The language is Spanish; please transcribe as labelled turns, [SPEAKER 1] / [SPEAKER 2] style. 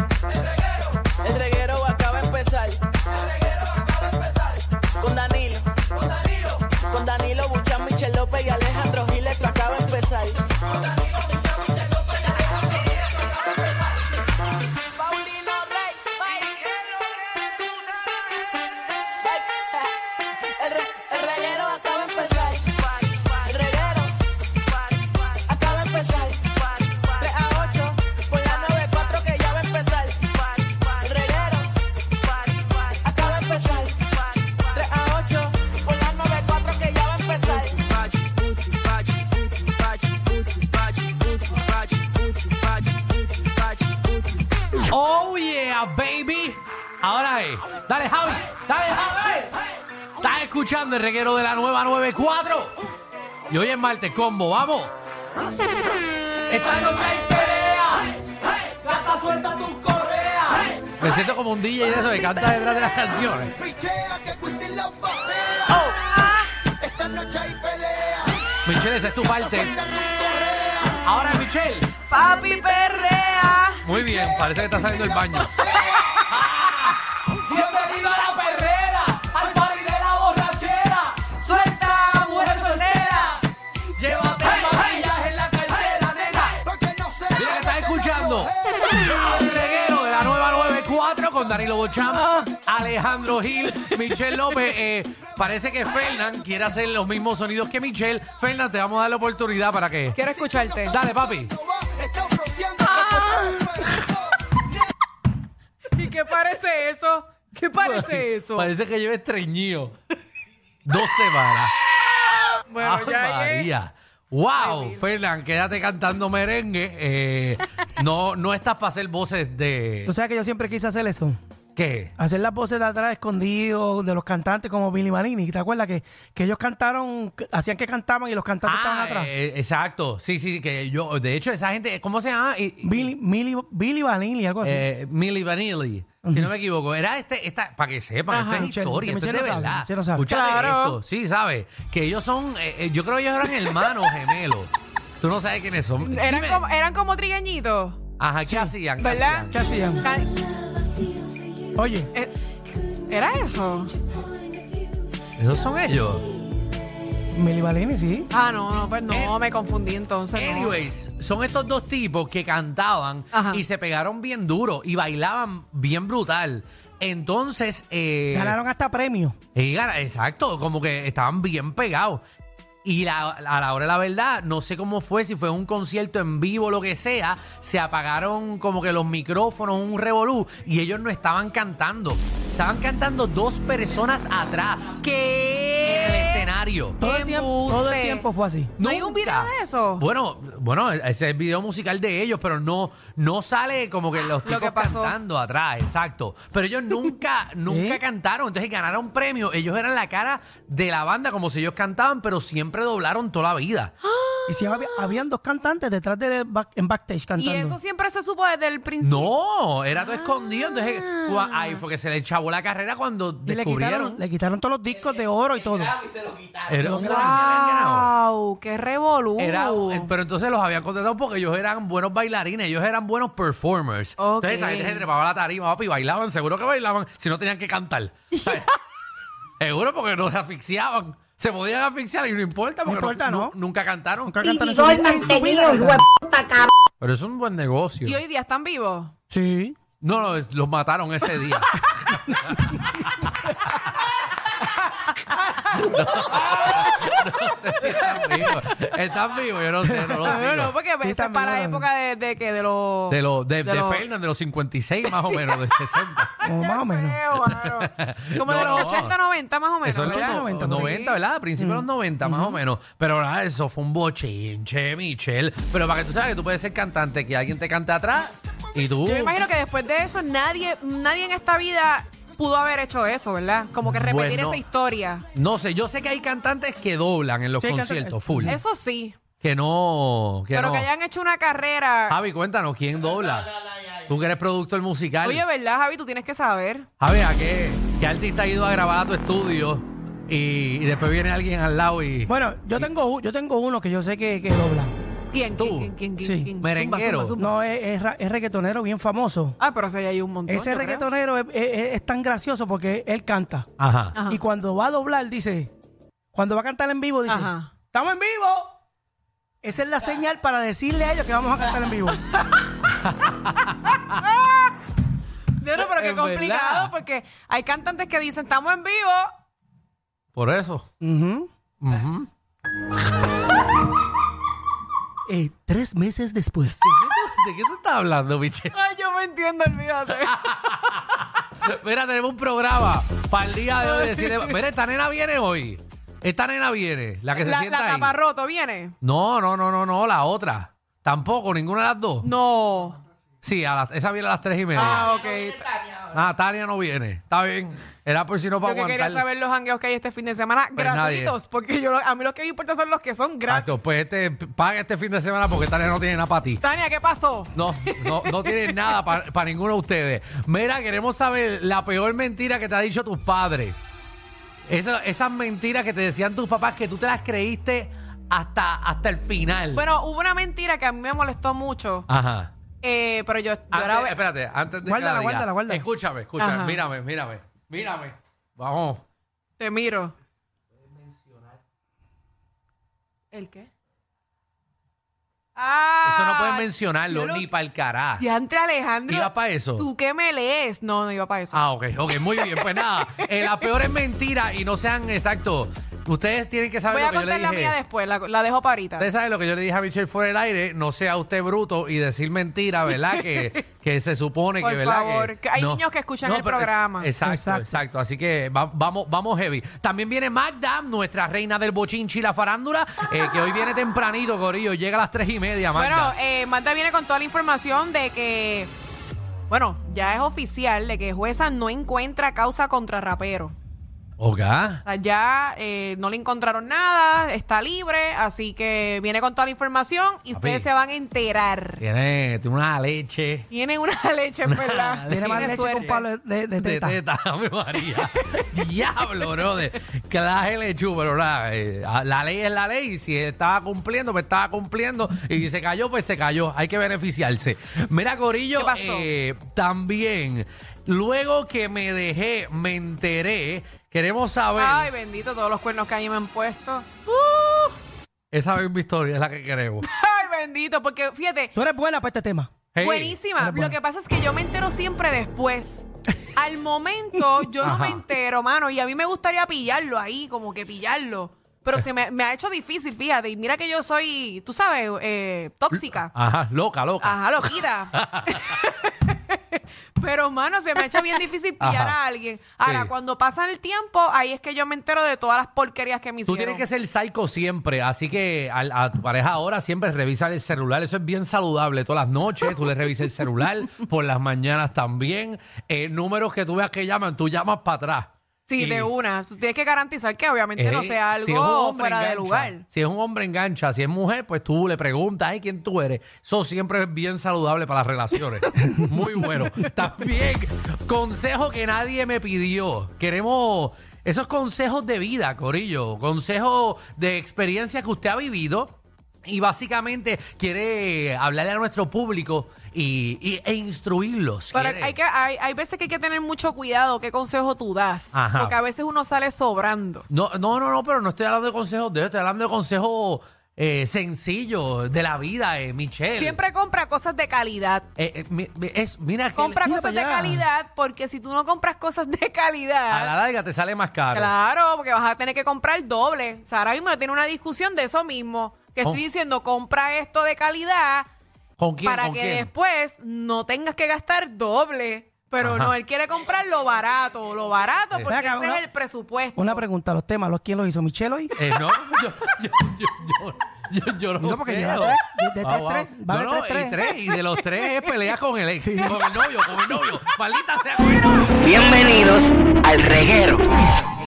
[SPEAKER 1] El reguero. El reguero acaba de empezar. El reguero acaba de empezar. Con Danilo. Con Danilo. Con Danilo Buchan, Michel López y Alejandro Gil, esto acaba de empezar. Con Danilo Buchan, Michel López y Alejandro Gil, esto acaba de empezar. Paulino Rey. El, re- el reguero acaba de empezar. El reguero acaba de empezar. 3 a 8 por la 94 que ya va a empezar. El reguero acaba de empezar. 3 a 8 por la 94 que ya va a empezar.
[SPEAKER 2] Oh yeah, baby. Ahora es. Dale, Javi. Dale, Javi. Estás escuchando el reguero de la nueva 94. Y hoy es martes combo, vamos. Esta noche hay pelea. Gata, suelta tus correas. Me siento como un DJ de eso que canta detrás de eh. las canciones.
[SPEAKER 3] Esta noche hay pelea.
[SPEAKER 2] Michelle, esa es tu parte. Ahora, Michelle.
[SPEAKER 4] Papi perrea.
[SPEAKER 2] Muy bien, parece que está saliendo el baño.
[SPEAKER 3] Bienvenido a la perrera, al party de la borrachera.
[SPEAKER 4] Suelta, mujer soltera.
[SPEAKER 2] Llévate
[SPEAKER 3] Hey, maquillaje en la cartera, nena. Porque no se
[SPEAKER 2] Mira que estás
[SPEAKER 3] deja de
[SPEAKER 2] escuchando.
[SPEAKER 3] coger.
[SPEAKER 2] El reguero de la nueva 94 con Danilo
[SPEAKER 4] Ah.
[SPEAKER 2] Bocham, Alejandro Gil, Michelle López. Eh, parece que Fernan quiere hacer los mismos sonidos que Michelle. Fernan, te vamos a dar la oportunidad para que.
[SPEAKER 4] Quiero escucharte.
[SPEAKER 2] Dale, papi.
[SPEAKER 3] Está fronteando con el perreo.
[SPEAKER 4] ¿Y qué parece eso? ¿Qué parece eso?
[SPEAKER 2] Parece que lleves estreñido. Dos semanas.
[SPEAKER 4] Bueno,
[SPEAKER 2] ¡Ay,
[SPEAKER 4] ya llegué.
[SPEAKER 2] María! ¡Wow! Fernan, quédate cantando merengue. Eh, no, no estás para hacer voces
[SPEAKER 5] Tú
[SPEAKER 2] de.
[SPEAKER 5] sabes que yo siempre quise hacer eso.
[SPEAKER 2] ¿Qué?
[SPEAKER 5] Hacer las voces de atrás escondido de los cantantes como Billy Manini. ¿Te acuerdas que, que ellos cantaron, hacían que cantaban y los cantantes estaban atrás?
[SPEAKER 2] eh, exacto. Sí, sí, que yo. De hecho, esa gente. ¿Cómo se llama? Y- y-
[SPEAKER 5] Billy, Billy, Billy Vanilli, algo así.
[SPEAKER 2] Eh, Milli Vanilli, si no me equivoco. Era este, esta, para que sepan,
[SPEAKER 4] Ajá.
[SPEAKER 2] esta es
[SPEAKER 5] Michelle,
[SPEAKER 2] historia,
[SPEAKER 5] que
[SPEAKER 2] esto es de
[SPEAKER 5] Michelle lo sabe,
[SPEAKER 2] verdad.
[SPEAKER 5] Michelle lo sabe.
[SPEAKER 2] Escúchate
[SPEAKER 4] Claro.
[SPEAKER 2] esto, sí, sabes, que ellos son, eh, eh, yo creo que ellos eran hermanos gemelos. Tú no sabes quiénes son.
[SPEAKER 4] Eran
[SPEAKER 2] Dime.
[SPEAKER 4] como, eran como trigueñitos,
[SPEAKER 2] Ajá, ¿qué hacían? ¿Qué
[SPEAKER 4] ¿verdad?
[SPEAKER 2] hacían?
[SPEAKER 5] ¿Qué hacían?
[SPEAKER 4] Ca-
[SPEAKER 5] Oye,
[SPEAKER 4] eh, ¿Era eso?
[SPEAKER 2] Esos son ellos.
[SPEAKER 5] Billy Vanilli, sí.
[SPEAKER 4] Ah, no, no, pues no,
[SPEAKER 2] Eh,
[SPEAKER 4] me confundí entonces. no.
[SPEAKER 2] Anyways, son estos dos tipos que cantaban
[SPEAKER 4] Ajá.
[SPEAKER 2] y se pegaron bien duro y bailaban bien brutal. Entonces, eh,
[SPEAKER 5] Ganaron hasta premio.
[SPEAKER 2] Y gana- exacto, como que estaban bien pegados. Y la- a la hora de la verdad, no sé cómo fue, si fue un concierto en vivo, lo que sea, se apagaron como que los micrófonos, un revolú, y ellos no estaban cantando. Estaban cantando dos personas atrás
[SPEAKER 4] ¿Qué?
[SPEAKER 2] en el escenario.
[SPEAKER 5] Todo el, tiempo, todo el
[SPEAKER 4] Embuste.
[SPEAKER 5] tiempo fue así.
[SPEAKER 4] ¿No hay un
[SPEAKER 2] Nunca.
[SPEAKER 4] video de eso?
[SPEAKER 2] Bueno, bueno, ese es el video musical de ellos, pero no, no sale como que los
[SPEAKER 4] Lo
[SPEAKER 2] tipos
[SPEAKER 4] que pasó. ¿Eh?
[SPEAKER 2] cantando atrás, exacto. Pero ellos nunca, nunca cantaron, entonces ganaron premio. Ellos eran la cara de la banda como si ellos cantaban, pero siempre doblaron toda la vida.
[SPEAKER 4] Ah,
[SPEAKER 5] Y si había- habían dos cantantes detrás de back- en backstage
[SPEAKER 4] Y
[SPEAKER 5] cantando.
[SPEAKER 4] eso siempre se supo desde el principio.
[SPEAKER 2] No, era todo escondido. Entonces,
[SPEAKER 4] Ah.
[SPEAKER 2] cua- ahí fue que se le echabó la carrera cuando
[SPEAKER 5] Y le
[SPEAKER 2] descubrieron.
[SPEAKER 5] quitaron, le quitaron todos los discos de oro y todo.
[SPEAKER 2] Era un gran-
[SPEAKER 5] Wow.
[SPEAKER 2] gran ganado.
[SPEAKER 4] ¡Wow! ¡Qué revolú!
[SPEAKER 2] Era,
[SPEAKER 4] Uh.
[SPEAKER 2] eh, pero entonces los habían contratado porque ellos eran buenos bailarines, ellos eran buenos performers.
[SPEAKER 4] Ok.
[SPEAKER 2] Entonces esa gente se trepaba a la tarima, papi, y bailaban, seguro que bailaban, si no tenían que cantar. ¿Sabes? seguro porque no se asfixiaban. Se podían asfixiar y no importa porque
[SPEAKER 5] importa, ¿no?
[SPEAKER 2] nunca cantaron.
[SPEAKER 5] Nunca
[SPEAKER 6] Y
[SPEAKER 5] cantaron en su
[SPEAKER 6] soy
[SPEAKER 5] vida. En su
[SPEAKER 6] mantenido,
[SPEAKER 5] vida
[SPEAKER 6] hijo de
[SPEAKER 5] cantaron.
[SPEAKER 6] puta, cabrón.
[SPEAKER 2] Pero es un buen negocio.
[SPEAKER 4] ¿Y hoy día están vivos?
[SPEAKER 5] Sí.
[SPEAKER 2] No, no, los mataron ese día. No sé si están vivos. Están vivos, yo no sé, no lo
[SPEAKER 4] Ah, No, no,
[SPEAKER 2] sigo.
[SPEAKER 4] porque esa
[SPEAKER 5] Sí,
[SPEAKER 4] es
[SPEAKER 5] también,
[SPEAKER 4] para la
[SPEAKER 5] bueno.
[SPEAKER 4] época de, de que de los.
[SPEAKER 2] De, los de, de,
[SPEAKER 4] los-
[SPEAKER 2] Fernan, de los 56 más o menos, de 60.
[SPEAKER 5] Como más o menos.
[SPEAKER 4] Feo, mano. Como de
[SPEAKER 2] No,
[SPEAKER 4] los
[SPEAKER 2] no.
[SPEAKER 4] 80, 90 más o menos.
[SPEAKER 2] Eso es los
[SPEAKER 4] ¿verdad?
[SPEAKER 2] 90,
[SPEAKER 5] 90,
[SPEAKER 2] 90, ¿verdad? A principios de
[SPEAKER 4] Mm.
[SPEAKER 2] los 90, más o menos. Pero ahora eso fue un bochinche, Michelle. Pero para que tú sabes que tú puedes ser cantante, que alguien te cante atrás y tú.
[SPEAKER 4] Yo me imagino que después de eso nadie, nadie en esta vida pudo haber hecho eso, ¿verdad? Como que repetir
[SPEAKER 2] Bueno.
[SPEAKER 4] esa historia.
[SPEAKER 2] No sé, yo sé que hay cantantes que doblan en los
[SPEAKER 5] Sí, hay cantantes-
[SPEAKER 2] conciertos, full.
[SPEAKER 4] Eso sí.
[SPEAKER 2] Que no. Que
[SPEAKER 4] pero
[SPEAKER 2] no.
[SPEAKER 4] que hayan hecho una carrera.
[SPEAKER 2] Javi, cuéntanos, ¿quién dobla? Tú que eres productor musical.
[SPEAKER 4] Oye, ¿verdad, Javi? Tú tienes que saber.
[SPEAKER 2] Javi, ¿a qué, qué artista ha ido a grabar a tu estudio? Y, y después viene alguien al lado y.
[SPEAKER 5] Bueno, yo tengo, u- yo tengo uno que yo sé que, que dobla.
[SPEAKER 4] ¿Quién?
[SPEAKER 2] Tú.
[SPEAKER 4] ¿Quién? ¿Quién? ¿Quién? quién,
[SPEAKER 5] Sí.
[SPEAKER 4] quién? Zumba,
[SPEAKER 2] Merenguero.
[SPEAKER 4] zumba, zumba.
[SPEAKER 5] No, es, es ra- es reggaetonero bien famoso.
[SPEAKER 4] Ah, pero ese ahí hay un montón.
[SPEAKER 5] Ese
[SPEAKER 4] yo creo.
[SPEAKER 5] reggaetonero es, es- es tan gracioso porque él canta.
[SPEAKER 2] Ajá.
[SPEAKER 4] Ajá.
[SPEAKER 5] Y cuando va a doblar, dice, cuando va a cantar en vivo, dice,
[SPEAKER 4] Ajá.
[SPEAKER 5] ¡estamos en vivo! Esa es la señal para decirle a ellos que vamos a cantar en vivo.
[SPEAKER 4] No, no, pero qué
[SPEAKER 2] Es
[SPEAKER 4] complicado,
[SPEAKER 2] verdad.
[SPEAKER 4] porque hay cantantes que dicen, estamos en vivo.
[SPEAKER 2] Por eso.
[SPEAKER 5] Ujú.
[SPEAKER 2] Ujú.
[SPEAKER 5] Eh, tres meses después.
[SPEAKER 2] ¿De qué tú estás hablando, Michelle?
[SPEAKER 4] Ay, yo me entiendo, olvídate.
[SPEAKER 2] Mira, tenemos un programa para el día de hoy. de siete- Mira, esta nena viene hoy. Esta nena viene, la que se
[SPEAKER 4] la la
[SPEAKER 2] sienta ahí.
[SPEAKER 4] taparroto viene.
[SPEAKER 2] No, no, no, no, no, la otra. Tampoco, ninguna de las dos.
[SPEAKER 4] No.
[SPEAKER 2] Sí, a las- esa viene a las tres y media.
[SPEAKER 4] Ah, ok.
[SPEAKER 2] Ah, Tania no viene. Está bien. Era por si no para
[SPEAKER 4] Yo que
[SPEAKER 2] aguantar.
[SPEAKER 4] quería saber los hangueos que hay este fin de semana
[SPEAKER 2] Pues
[SPEAKER 4] gratuitos, porque yo, lo- a mí los que me importa son los que son gratis.
[SPEAKER 2] Exacto, pues este, paga este fin de semana porque Tania no tiene nada para ti.
[SPEAKER 4] Tania, ¿qué pasó?
[SPEAKER 2] No, no, no tiene nada para ninguno de ustedes. Mira, queremos saber la peor mentira que te ha dicho tus padres. Esa- esas mentiras que te decían tus papás que tú te las creíste hasta, hasta el final.
[SPEAKER 4] Bueno, hubo una mentira que a mí me molestó mucho,
[SPEAKER 2] Ajá.
[SPEAKER 4] eh, pero yo, yo era...
[SPEAKER 2] Antes- espérate, antes de que
[SPEAKER 5] Guárdala,
[SPEAKER 2] la diga,
[SPEAKER 5] guárdala, guárdala.
[SPEAKER 2] Escúchame, escúchame.
[SPEAKER 4] Ajá.
[SPEAKER 2] Mírame, mírame. Mírame. Vamos.
[SPEAKER 4] Te miro. ¿El qué? Ah,
[SPEAKER 2] Eso no puedes mencionarlo
[SPEAKER 4] yo lo-
[SPEAKER 2] ni para el carajo.
[SPEAKER 4] Ya entre Alejandro.
[SPEAKER 2] ¿Iba pa' eso?
[SPEAKER 4] ¿Tú qué me lees? No, no iba para eso.
[SPEAKER 2] Ah, ok, ok, muy bien. Pues nada, eh, las peores mentiras y no sean exactos. Ustedes tienen que saber
[SPEAKER 4] Voy
[SPEAKER 2] lo
[SPEAKER 4] a
[SPEAKER 2] que yo le
[SPEAKER 4] contar la
[SPEAKER 2] dije.
[SPEAKER 4] mía después, la, la dejo para ahorita.
[SPEAKER 2] Usted sabe lo que yo le dije a Michelle fuera del aire, no sea usted bruto y decir mentira, ¿verdad? Que, que se supone
[SPEAKER 4] Por
[SPEAKER 2] que, ¿verdad?
[SPEAKER 4] favor, que hay niños que escuchan el
[SPEAKER 2] pero- eh,
[SPEAKER 4] programa.
[SPEAKER 2] Exacto, exacto,
[SPEAKER 5] Exacto.
[SPEAKER 2] Así que va- vamos, vamos heavy. También viene Magda, nuestra reina del bochinchi y la farándula, eh, que hoy viene tempranito, Corillo. Llega a las tres y media, Magda.
[SPEAKER 4] Bueno, eh, Magda viene con toda la información de que, bueno, ya es oficial de que jueza no encuentra causa contra rapero.
[SPEAKER 2] Ok.
[SPEAKER 4] O sea, ya eh, no le encontraron nada, está libre, así que viene con toda la información
[SPEAKER 2] Papi.
[SPEAKER 4] y ustedes se van a enterar.
[SPEAKER 2] Tiene, tiene una leche.
[SPEAKER 4] Tiene una leche, en ¿verdad?
[SPEAKER 5] Tiene más leche que
[SPEAKER 4] suerte.
[SPEAKER 5] un palo de, de, de teta.
[SPEAKER 2] De teta, Ave María. Diablo, bro. De clase lechú, pero nada. eh, la ley es la ley. y Si estaba cumpliendo, pues estaba cumpliendo. Y si se cayó, pues se cayó. Hay que beneficiarse. Mira, Corillo,
[SPEAKER 4] ¿Qué pasó?
[SPEAKER 2] eh, también, luego que me dejé, me enteré. Queremos saber.
[SPEAKER 4] Ay, bendito, todos los cuernos que a mí me han puesto.
[SPEAKER 2] Esa misma historia es la que queremos.
[SPEAKER 4] Ay, bendito, porque fíjate,
[SPEAKER 5] Tú eres buena para este tema.
[SPEAKER 2] Hey,
[SPEAKER 4] Buenísima.
[SPEAKER 5] era
[SPEAKER 4] Lo
[SPEAKER 5] buena.
[SPEAKER 4] que pasa es que yo me entero siempre después. Al momento yo no me
[SPEAKER 2] Ajá.
[SPEAKER 4] entero, mano, y a mí me gustaría pillarlo ahí, como que pillarlo. Pero se me, me ha hecho difícil, fíjate. Y mira que yo soy, tú sabes, eh, tóxica.
[SPEAKER 2] Ajá, loca, loca.
[SPEAKER 4] Ajá, loquita. Pero, mano, se me ha hecho bien difícil pillar
[SPEAKER 2] Ajá.
[SPEAKER 4] a alguien. Ahora,
[SPEAKER 2] Sí.
[SPEAKER 4] cuando pasa el tiempo, ahí es que yo me entero de todas las porquerías que me
[SPEAKER 2] Tú tienes
[SPEAKER 4] hicieron.
[SPEAKER 2] que ser psycho siempre, así que al- a, tu pareja ahora siempre revisa el celular. Eso es bien saludable. Todas las noches tú le revisas el celular, por las mañanas también. Eh, números que tú veas que llaman, tú llamas para atrás.
[SPEAKER 4] Sí,
[SPEAKER 2] Y-
[SPEAKER 4] de una. Tú tienes que garantizar que obviamente
[SPEAKER 2] Eh,
[SPEAKER 4] no sea algo
[SPEAKER 2] si es un hombre,
[SPEAKER 4] fuera de
[SPEAKER 2] engancha.
[SPEAKER 4] lugar.
[SPEAKER 2] Si es un hombre engancha, si es mujer, pues tú le preguntas, ay, ¿quién tú eres? Eso siempre es bien saludable para las relaciones. Muy bueno. También, consejo que nadie me pidió. Queremos esos consejos de vida, Corillo. Consejos de experiencia que usted ha vivido. Y básicamente quiere hablarle a nuestro público y, y- e instruirlos.
[SPEAKER 4] Pero
[SPEAKER 2] Quiere-
[SPEAKER 4] hay, que, hay, hay veces que hay que tener mucho cuidado qué consejo tú das.
[SPEAKER 2] Ajá.
[SPEAKER 4] Porque a veces uno sale sobrando.
[SPEAKER 2] No, no, no, no, pero no estoy hablando de consejos de esto, estoy hablando de consejos eh, sencillos de la vida, eh, Michelle.
[SPEAKER 4] Siempre compra cosas de calidad.
[SPEAKER 2] Eh, eh, mi- mi- es, mira que
[SPEAKER 4] Compra
[SPEAKER 2] mira
[SPEAKER 4] cosas de
[SPEAKER 2] para allá.
[SPEAKER 4] calidad porque si tú no compras cosas de
[SPEAKER 2] A la
[SPEAKER 4] calidad,
[SPEAKER 2] larga te sale más caro.
[SPEAKER 4] claro, porque vas a tener que comprar doble. O sea, ahora mismo yo tengo una discusión de eso mismo, que
[SPEAKER 2] Con-
[SPEAKER 4] estoy diciendo, compra esto de calidad
[SPEAKER 2] ¿Con quién?
[SPEAKER 4] para
[SPEAKER 2] ¿Con
[SPEAKER 4] que
[SPEAKER 2] quién?
[SPEAKER 4] después no tengas que gastar doble. Pero
[SPEAKER 2] Ajá.
[SPEAKER 4] no, él quiere comprar lo barato, lo barato,
[SPEAKER 2] Sí.
[SPEAKER 4] porque
[SPEAKER 5] Venga,
[SPEAKER 4] ese
[SPEAKER 5] una-
[SPEAKER 4] es el presupuesto.
[SPEAKER 5] Una pregunta, los temas, ¿los quién los hizo? ¿Michelle hoy?
[SPEAKER 2] Eh, no, yo, yo, yo, yo, yo- yo no,
[SPEAKER 5] No, porque
[SPEAKER 2] sé.
[SPEAKER 5] lleva
[SPEAKER 2] ¿no?
[SPEAKER 5] tres, de- de
[SPEAKER 2] Ah,
[SPEAKER 5] tres,
[SPEAKER 2] wow.
[SPEAKER 5] tres, va de
[SPEAKER 2] No, no,
[SPEAKER 5] tres,
[SPEAKER 2] y
[SPEAKER 5] tres.
[SPEAKER 2] tres. Y de los tres es pelea con el ex, con el novio, con el novio. Maldita sea con el novio.
[SPEAKER 6] Bienvenidos al reguero.